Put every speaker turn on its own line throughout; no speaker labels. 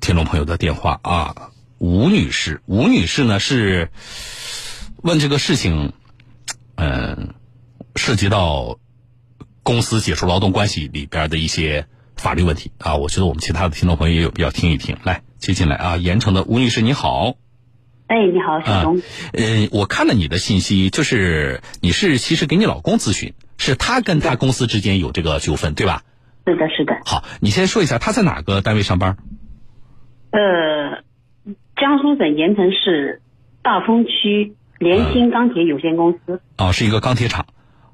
听众朋友的电话啊，吴女士，吴女士呢是问这个事情，嗯、涉及到公司解除劳动关系里边的一些法律问题啊。我觉得我们其他的听众朋友也有必要听一听。来接进来啊，盐城的吴女士你好，
哎，你
啊
好，小东。
呃，我看了你的信息，就是你是其实给你老公咨询，是他跟他公司之间有这个纠纷对吧？
是的，是的。
好，你先说一下他在哪个单位上班？
呃，江苏省盐城市大丰区联兴钢铁有限公司。
哦，是一个钢铁厂，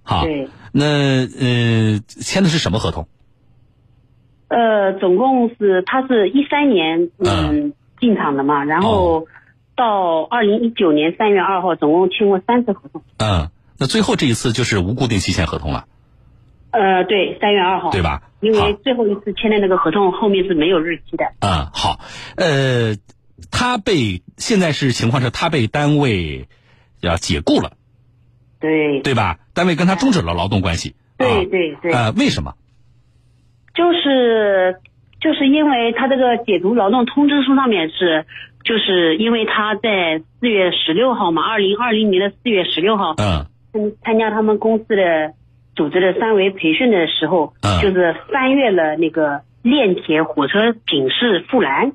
哈。
对，
那呃，签的是什么合同？
呃，总共是他是一三年嗯进厂的嘛，然
哦
后到二零一九年三月二号，总共签过三次合同。
嗯，那最后这一次就是无固定期限合同了，
呃，对，三月二号。
对？吧？
因
好
为最后一次签的那个合同后面是没有日期的。
嗯，好，呃，他被现在是情况是他被单位要解雇了，
对，
对吧？单位跟他终止了劳动关系。
对，
啊
对，对。
呃，为什么？
就是就是因为他这个解除劳动通知书上面是，就是因为他在四月十六号嘛，二零二零年的四月十六号，
嗯
参参加他们公司的组织的三维培训的时候，
嗯
就是翻越了那个链铁火车警示护栏。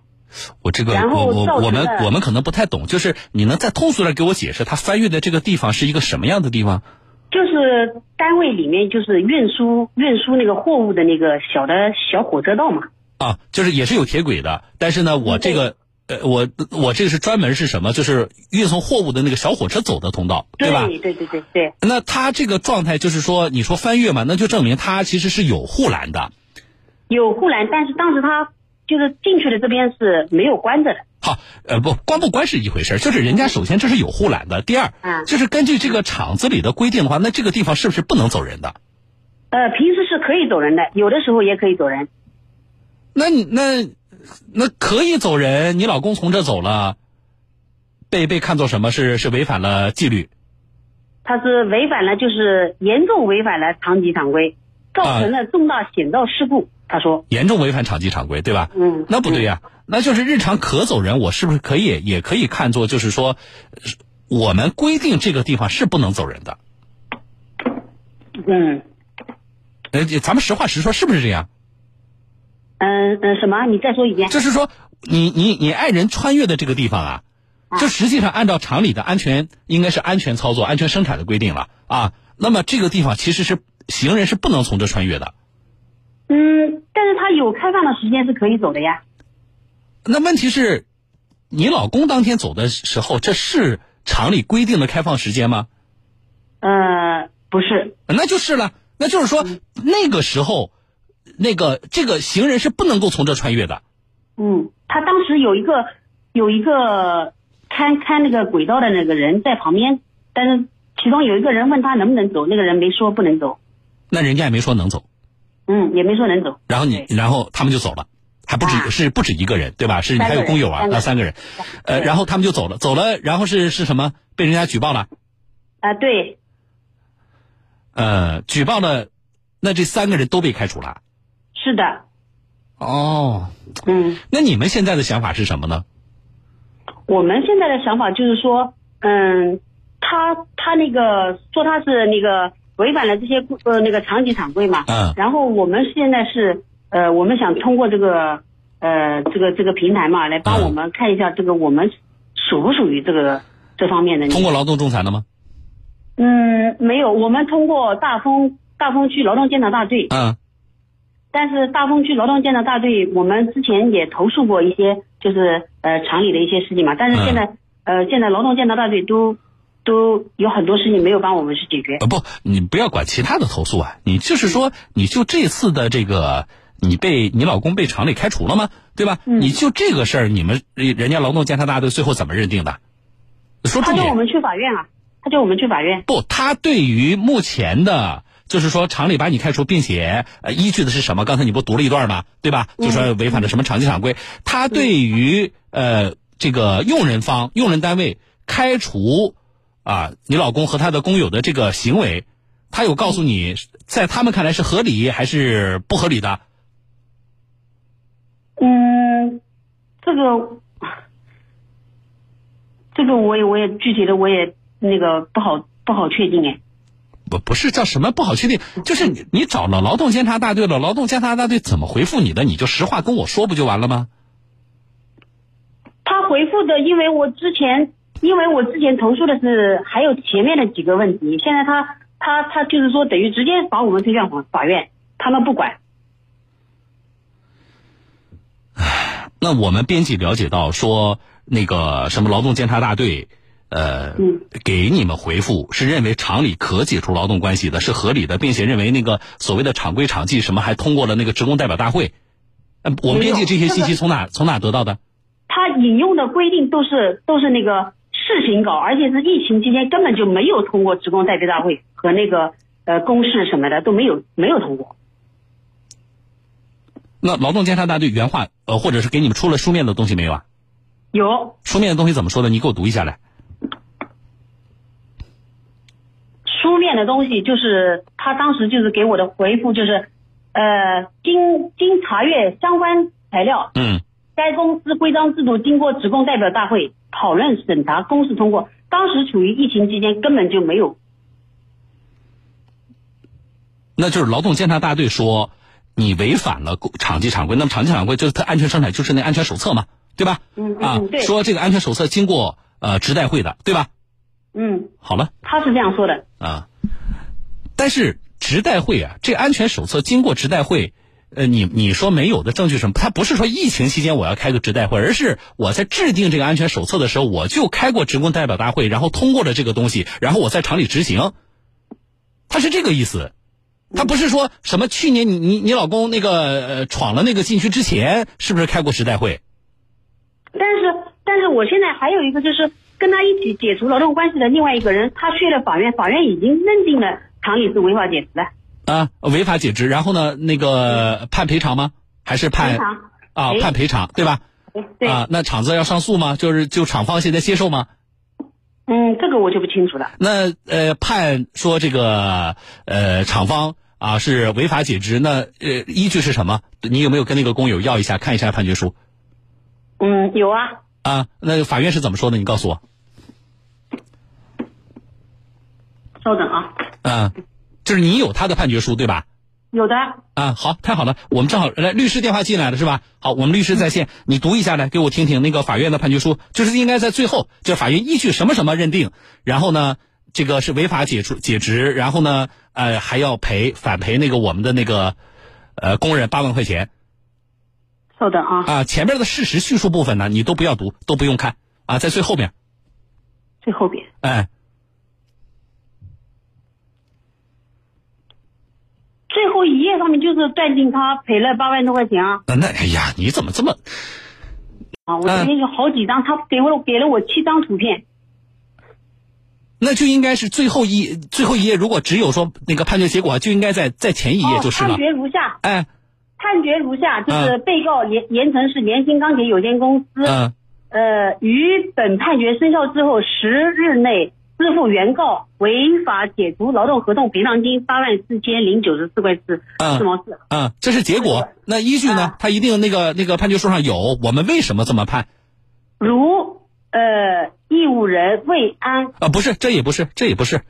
我这个
然
我
后
我
造
我
成
们
了
我们可能不太懂，就是你能再通俗点给我解释，他翻越的这个地方是一个什么样的地方？
就是单位里面就是运输运输那个货物的那个小的小火车道嘛，
啊，就是也是有铁轨的，但是呢，我这
嗯
个呃，我我这个是专门是什么？就是运送货物的那个小火车走的通道，对吧？
对对对对对，
那他这个状态就是说，你说翻越嘛，那就证明他其实是有护栏的。
有护栏，但是当时他就是进去的这边是没有关着的。
好，呃，不关不关是一回事儿，就是人家首先这是有护栏的，第二
嗯
就是根据这个厂子里的规定的话，那这个地方是不是不能走人的？
呃，平时是可以走人的，有的时候也可以走人。
那你那那可以走人，你老公从这走了，被被看作什么是是违反了纪律？
他是违反了，就是严重违反了厂纪厂规，造成了重大险兆事故。他说，
严重违反厂纪厂规，对吧？
嗯
那不对呀、那就是日常可走人，我是不是可以也可以看作就是说，是我们规定这个地方是不能走人的？
嗯
呃，咱们实话实说，是不是这样？
嗯嗯、呃什么？你再说一遍。
就是说，你你你爱人穿越的这个地方啊，这实际上按照厂里的安全应该是安全操作、安全生产的规定了啊。那么这个地方其实是行人是不能从这穿越的。
嗯，但是他有开放的时间是可以走的呀。
那问题是，你老公当天走的时候，这是厂里规定的开放时间吗？
呃，不是，
那就是了，那就是说、
嗯
那个时候，那个这个行人是不能够从这穿越的。
嗯，他当时有一个有一个看看那个轨道的那个人在旁边，但是其中有一个人问他能不能走，那个人没说不能走，
那人家也没说能走，
嗯，也没说能走。
然后你，然后他们就走了，还不止、
啊
是不止一个人，对吧？是
三个
还有工友啊，
人
那三个人，呃，然后他们就走了，走了，然后是是什么？被人家举报了，
啊、对，
呃，举报了，那这三个人都被开除了。
是的，
哦，
嗯。
那你们现在的想法是什么呢？
我们现在的想法就是说，嗯，他他那个说他是那个违反了这些规呃那个厂纪厂规嘛，
嗯
然后我们现在是呃我们想通过这个呃这个这个平台嘛，来帮
嗯
我们看一下这个我们属不属于这个这方面的那个。
通过劳动仲裁了吗？
嗯，没有，我们通过大丰大丰区劳动监察大队，
嗯
但是大丰区劳动监察大队，我们之前也投诉过一些，就是呃厂里的一些事情嘛。但是现在，呃，现在劳动监察大队都都有很多事情没有帮我们去解决。
呃，不，你不要管其他的投诉啊，你就是说，你就这次的这个，你被你老公被厂里开除了吗？对吧？你就这个事儿，你们人家劳动监察大队最后怎么认定的？说
他
重
叫我
点。
们去法院啊，他叫我们去法院。
不，他对于目前的。就是说，厂里把你开除，并且呃，依据的是什么？刚才你不读了一段吗？对吧？就说违反了什么厂纪厂规。他对于呃这个用人方、用人单位开除啊、你老公和他的工友的这个行为，他有告诉你在他们看来是合理还是不合理的？
嗯，这这个，这个我也我也具体的我也那个不好不好确定哎。
不不是叫什么不好确定，就是你你找了劳动监察大队了，劳动监察大队怎么回复你的，你就实话跟我说不就完了吗？
他回复的，因为我之前，因为我之前投诉的是还有前面的几个问题，现在他他他就是说等于直接把我们推向法法院，他们不管。
那我们编辑了解到说，那个什么劳动监察大队，呃，
嗯
给你们回复是认为厂里可解除劳动关系的，是合理的，并且认为那个所谓的厂规厂纪什么还通过了那个职工代表大会。呃，我们编辑这些信息从哪从哪得到的？
他引用的规定都是都是那个试行稿，而且是疫情期间根本就没有通过职工代表大会和那个呃公示什么的都没有没有通过。
那劳动监察大队原话，呃，或者是给你们出了书面的东西没有啊？
有
书面的东西怎么说的？你给我读一下来。
书面的东西，就是他当时就是给我的回复就是，呃，经经查阅相关材料，
嗯
该公司规章制度经过职工代表大会讨论审查，公示通过。当时处于疫情期间，根本就没有。，
那就是劳动监察大队说你违反了公厂纪厂规，那么厂纪厂规就是它安全生产就是那安全手册嘛，对吧？
嗯嗯
啊，
对
说这个安全手册经过呃职代会的，对吧？
嗯，
好了
他是这样说的。
啊，但是职代会啊，这安全手册经过职代会。呃，你你说没有的证据是什么？他不是说疫情期间我要开个职代会，而是我在制定这个安全手册的时候，我就开过职工代表大会，然后通过了这个东西，然后我在厂里执行。他是这个意思，他不是说什么去年你你你老公那个、呃、闯了那个禁区之前，是不是开过职代会？
但是，但是我现在还有一个就是跟他一起解除劳动关系的另外一个人，他去了法院，法院已经认定了厂里是违法解职了，
啊，违法解职，然后呢，那个判赔偿吗？还是判
赔偿
啊
赔
判赔偿对吧？
对，
啊，那厂子要上诉吗？就是就厂方现在接受吗？
嗯，这个我就不清楚了。
那呃判说这个呃厂方啊是违法解职，那呃依据是什么？你有没有跟那个工友要一下看一下判决书
嗯，有啊，
啊？那法院是怎么说的？你告诉我。
稍等啊，
嗯，就是你有他的判决书对吧？
有的。
啊，好，太好了，我们正好来，律师电话进来了是吧？好，我们律师在线，你读一下来，给我听听那个法院的判决书，就是应该在最后，就是法院依据什么什么认定，然后呢，这个是违法解除解职，然后呢，呃，还要赔返赔那个我们的那个呃工人八万块钱
稍等啊，
啊。前面的事实叙述部分呢，你都不要读，都不用看啊，在最后面，
最后边。
哎，
最后一页上面就是断定他赔了八万多块钱啊！
那那哎呀，你怎么这么
啊，
嗯
我这边有好几张，他给我给了我七张图片。
那就应该是最后一最后一页，如果只有说那个判决结果，就应该在在前一页就是
哦。
了嗯
判。决如下，
哎，
判决如下，就是被告盐盐城市盐兴钢铁有限公司，
嗯、
呃，于本判决生效之后十日内支付原告违法解除劳动合同赔偿金八万四千零九十四块四
嗯
四毛四。
啊，这是结果。那依据呢
啊？
他一定那个那个判决书上有，我们为什么这么判？
如呃义务人未按
啊，不是，这也不是，这也不是，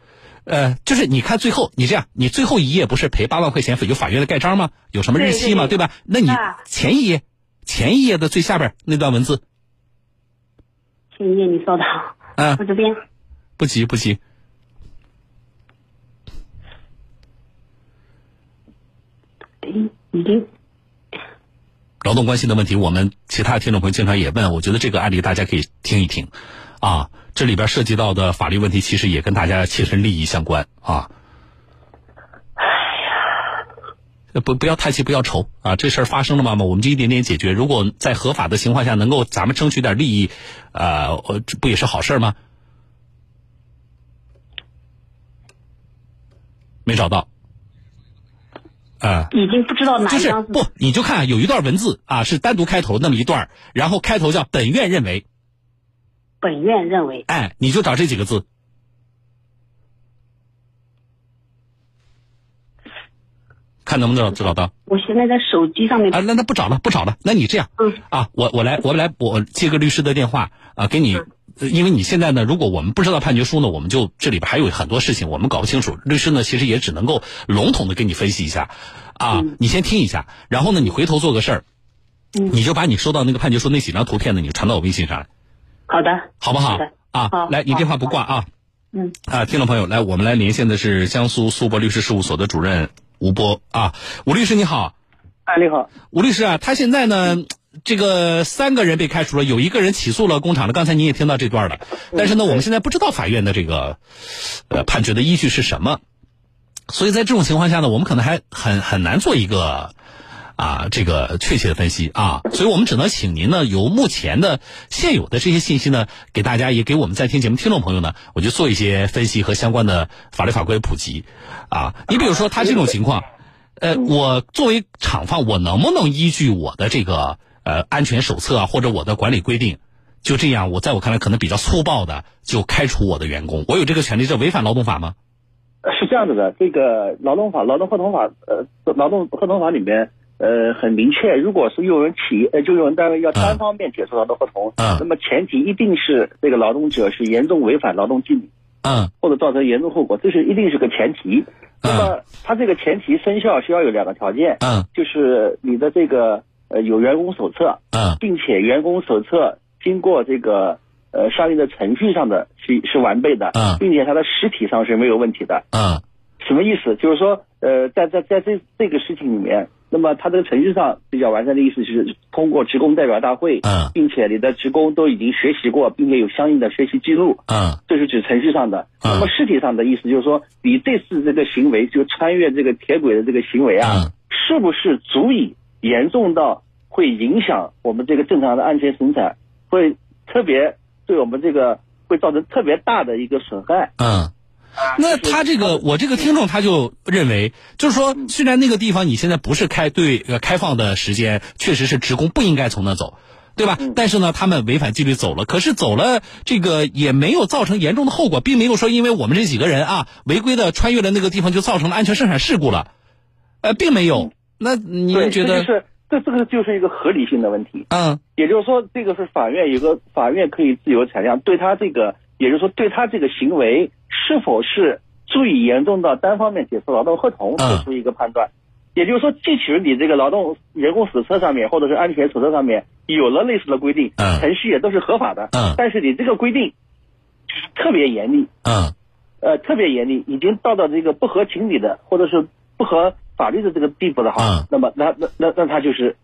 呃，就是你看最后，你这样，你最后一页不是赔八万块钱有法院的盖章吗？有什么日期吗？
对对对
吧？那你
啊
前一页，前一页的最下边那段文字，
前一页，你稍等，
啊
我，这边
不急不急，
已已经
劳动关系的问题，我们其他听众朋友经常也问，我觉得这个案例大家可以听一听，啊，这里边涉及到的法律问题，其实也跟大家切身利益相关啊。呃不，不要太气，不要愁啊！这事儿发生了嘛嘛，我们就一点点解决。如果在合法的情况下，能够咱们争取点利益，呃，呃这不也是好事儿吗？没找到，啊、
已经不知道哪
就
一
是
张
不，你就看有一段文字啊，是单独开头那么一段儿，然后开头叫“本院认为
本院认为”，。
哎，你就找这几个字。看能不能找找到。
我现在在手机上面
啊，那那不找了，不找了。那你这样，
嗯
啊，我我来我来我接个律师的电话啊，给
嗯
你。呃因为你现在呢，如果我们不知道判决书呢，我们就这里边还有很多事情我们搞不清楚。律师呢，其实也只能够笼统的给你分析一下，啊，你先听一下，然后呢，你回头做个事儿，
嗯
你就把你收到那个判决书那几张图片呢，你传到我微信上来，
好的，
好不好
好的？
啊
好，
来，你电话不挂啊。
嗯，
啊，听众朋友，来，我们来连线的是江苏苏博律师事务所的主任吴波啊，吴律师你好，
哎，你好，
吴律师啊，他现在呢，这个三个人被开除了，有一个人起诉了工厂了，刚才你也听到这段了，但是呢，我们现在不知道法院的这个呃判决的依据是什么，所以在这种情况下呢，我们可能还很很难做一个。啊，这个确切的分析啊，所以我们只能请您呢，由目前的现有的这些信息呢，给大家也给我们在听节目听众朋友呢，我就做一些分析和相关的法律法规普及。啊，你比如说他这种情况，呃，我作为厂方，我能不能依据我的这个呃安全手册啊，或者我的管理规定，就这样，我在我看来可能比较粗暴的就开除我的员工，我有这个权利，这违反劳动法吗？
呃是这样子的，这个劳动法、劳动合同法、呃，劳动合同法里面，呃，很明确，如果是用人企业、呃，就用人单位要单方面解除劳动合同，
嗯
那么前提一定是这个劳动者是严重违反劳动纪律
嗯
或者造成严重后果，这是一定是个前提。那么它这个前提生效需要有两个条件，
嗯
就是你的这个呃有员工手册，
嗯
并且员工手册经过这个呃相应的程序上的是是完备的，
嗯
并且它的实体上是没有问题的。
嗯
什么意思？就是说，呃，在在在这这个事情里面，那么它这个程序上比较完善的意思是通过职工代表大会，
嗯
并且你的职工都已经学习过，并且有相应的学习记录，
嗯
这是指程序上的。
嗯
那么实体上的意思就是说，你这次这个行为，就穿越这个铁轨的这个行为啊，
嗯
是不是足以严重到会影响我们这个正常的安全生产，会特别对我们这个会造成特别大的一个损害？
嗯。那他这个，我这个听众他就认为，就是说，虽然那个地方你现在不是开对呃开放的时间，确实是职工不应该从那走，对吧？
嗯
但是呢，他们违反纪律走了，可是走了这个也没有造成严重的后果，并没有说因为我们这几个人啊违规的穿越了那个地方就造成了安全生产事故了，呃，并没有。那
对，
您觉
这就
得？
是这这个就是一个合理性的问题，
嗯
也就是说，这个是法院有个法院可以自由裁量，对他这个，也就是说对他这个行为是否是足以严重到单方面解除劳动合同
嗯
做出一个判断。也就是说，即使你这个劳动员工手册上面或者是安全手册上面有了类似的规定，
嗯
程序也都是合法的，
嗯
但是你这个规定就是特别严厉，
嗯
呃，特别严厉，已经到了这个不合情理的，或者是不合法律的这个地步的话，
嗯
那么那那那那它就是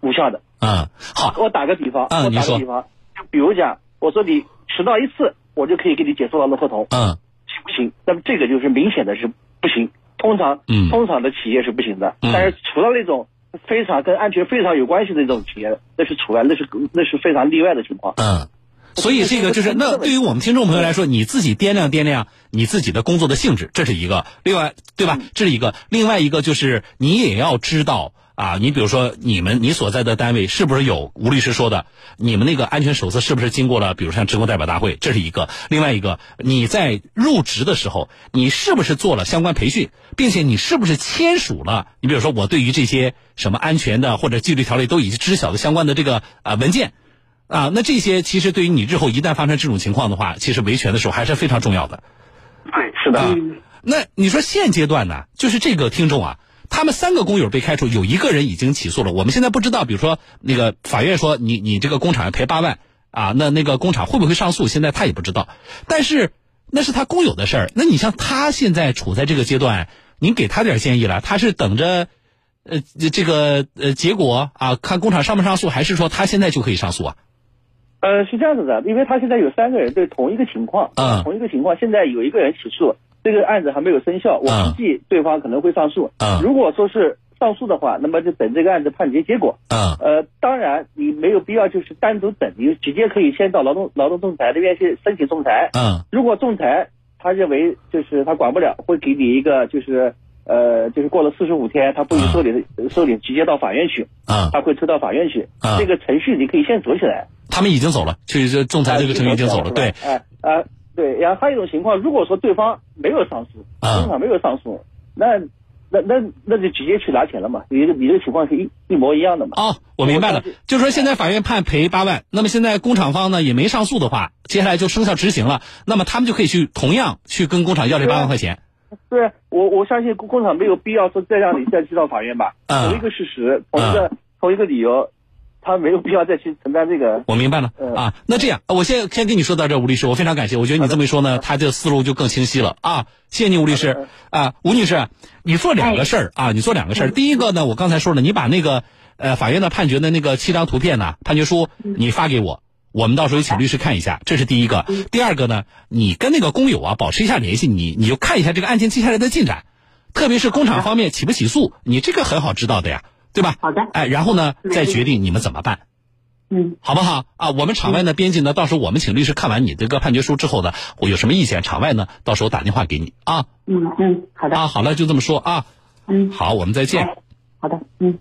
无效的。
嗯，好，
我打个比方，
嗯
我
你
打
说
个比方，就比如讲，我说你迟到一次，我就可以给你解除劳动合同，
嗯
行不行？那么这个就是明显的是不行，通常、
嗯
通常的企业是不行的，
嗯
但是除了那种非常跟安全非常有关系的这种企业，那是除外，那是那是非常例外的情况。
嗯。所以这个就是，那对于我们听众朋友来说，你自己掂量掂量你自己的工作的性质，这是一个；另外，对吧？这是一个。另外一个就是，你也要知道啊，你比如说你们你所在的单位是不是有吴律师说的，你们那个安全手册是不是经过了，比如像职工代表大会，这是一个；另外一个，你在入职的时候，你是不是做了相关培训，并且你是不是签署了？你比如说，我对于这些什么安全的或者纪律条例都已经知晓的相关的这个啊、文件。啊，那这些其实对于你日后一旦发生这种情况的话，其实维权的时候还是非常重要的。
对，是的。
那你说现阶段呢，就是这个听众啊，他们三个工友被开除，有一个人已经起诉了。我们现在不知道，比如说那个法院说你你这个工厂要赔八万啊，那那个工厂会不会上诉？现在他也不知道。但是那是他工友的事儿。那你像他现在处在这个阶段，您给他点建议了，他是等着。呃，这个呃，结果啊，看工厂上不上诉，还是说他现在就可以上诉啊？
呃，是这样子的，因为他现在有三个人对同一个情况，
嗯
同一个情况，现在有一个人起诉，这个案子还没有生效，我
嗯
估计对方可能会上诉。
嗯
如果说是上诉的话，那么就等这个案子判决结果。
嗯
呃，当然你没有必要就是单独等，你直接可以先到劳动劳动仲裁那边去申请仲裁。
嗯
如果仲裁他认为就是他管不了，会给你一个就是呃就是过了四十五天他不予受理的、受理，直接到法院去，
嗯，
他会推到法院去。
嗯
这个程序你可以先走起来。
他们已经走了，去这仲裁这个程序已经走了。对，
哎啊，对，然后还有一种情况，如果说对方没有上诉，
啊
工厂没有上诉，那那那那就直接去拿钱了嘛，你这你这个情况是一一模一样的嘛。
哦，我明白了，就是说现在法院判赔八万，那么现在工厂方呢也没上诉的话，接下来就生效执行了，那么他们就可以去同样去跟工厂要这八万块钱。
对，啊我我相信工工厂没有必要说再让你再去到法院吧，
嗯
同一个事实，同一个、
啊
同一个理由，他没有必要再去承担这个。
我明白了
嗯
啊，那这样，我先先跟你说到这儿，吴律师，我非常感谢，我觉得你这么一说呢，他的思路就更清晰了啊，谢谢你，吴律师啊，吴女士，你做两个事儿啊，你做两个事儿，第一个呢，我刚才说了，你把那个呃法院的判决的那个七张图片呢，判决书你发给我。我们到时候请律师看一下，这是第一个。第二个呢，你跟那个工友啊保持一下联系，你你就看一下这个案件接下来的进展，特别是工厂方面起不起诉，你这个很好知道的呀，对吧？
好的
哎，然后呢，再决定你们怎么办。
嗯，
好不好啊？我们场外的编辑呢，到时候我们请律师看完你这个判决书之后呢，我有什么意见，场外呢，到时候打电话给你啊
嗯嗯，好的，
啊！好了，就这么说啊。
嗯
好，我们再见。
好的，嗯。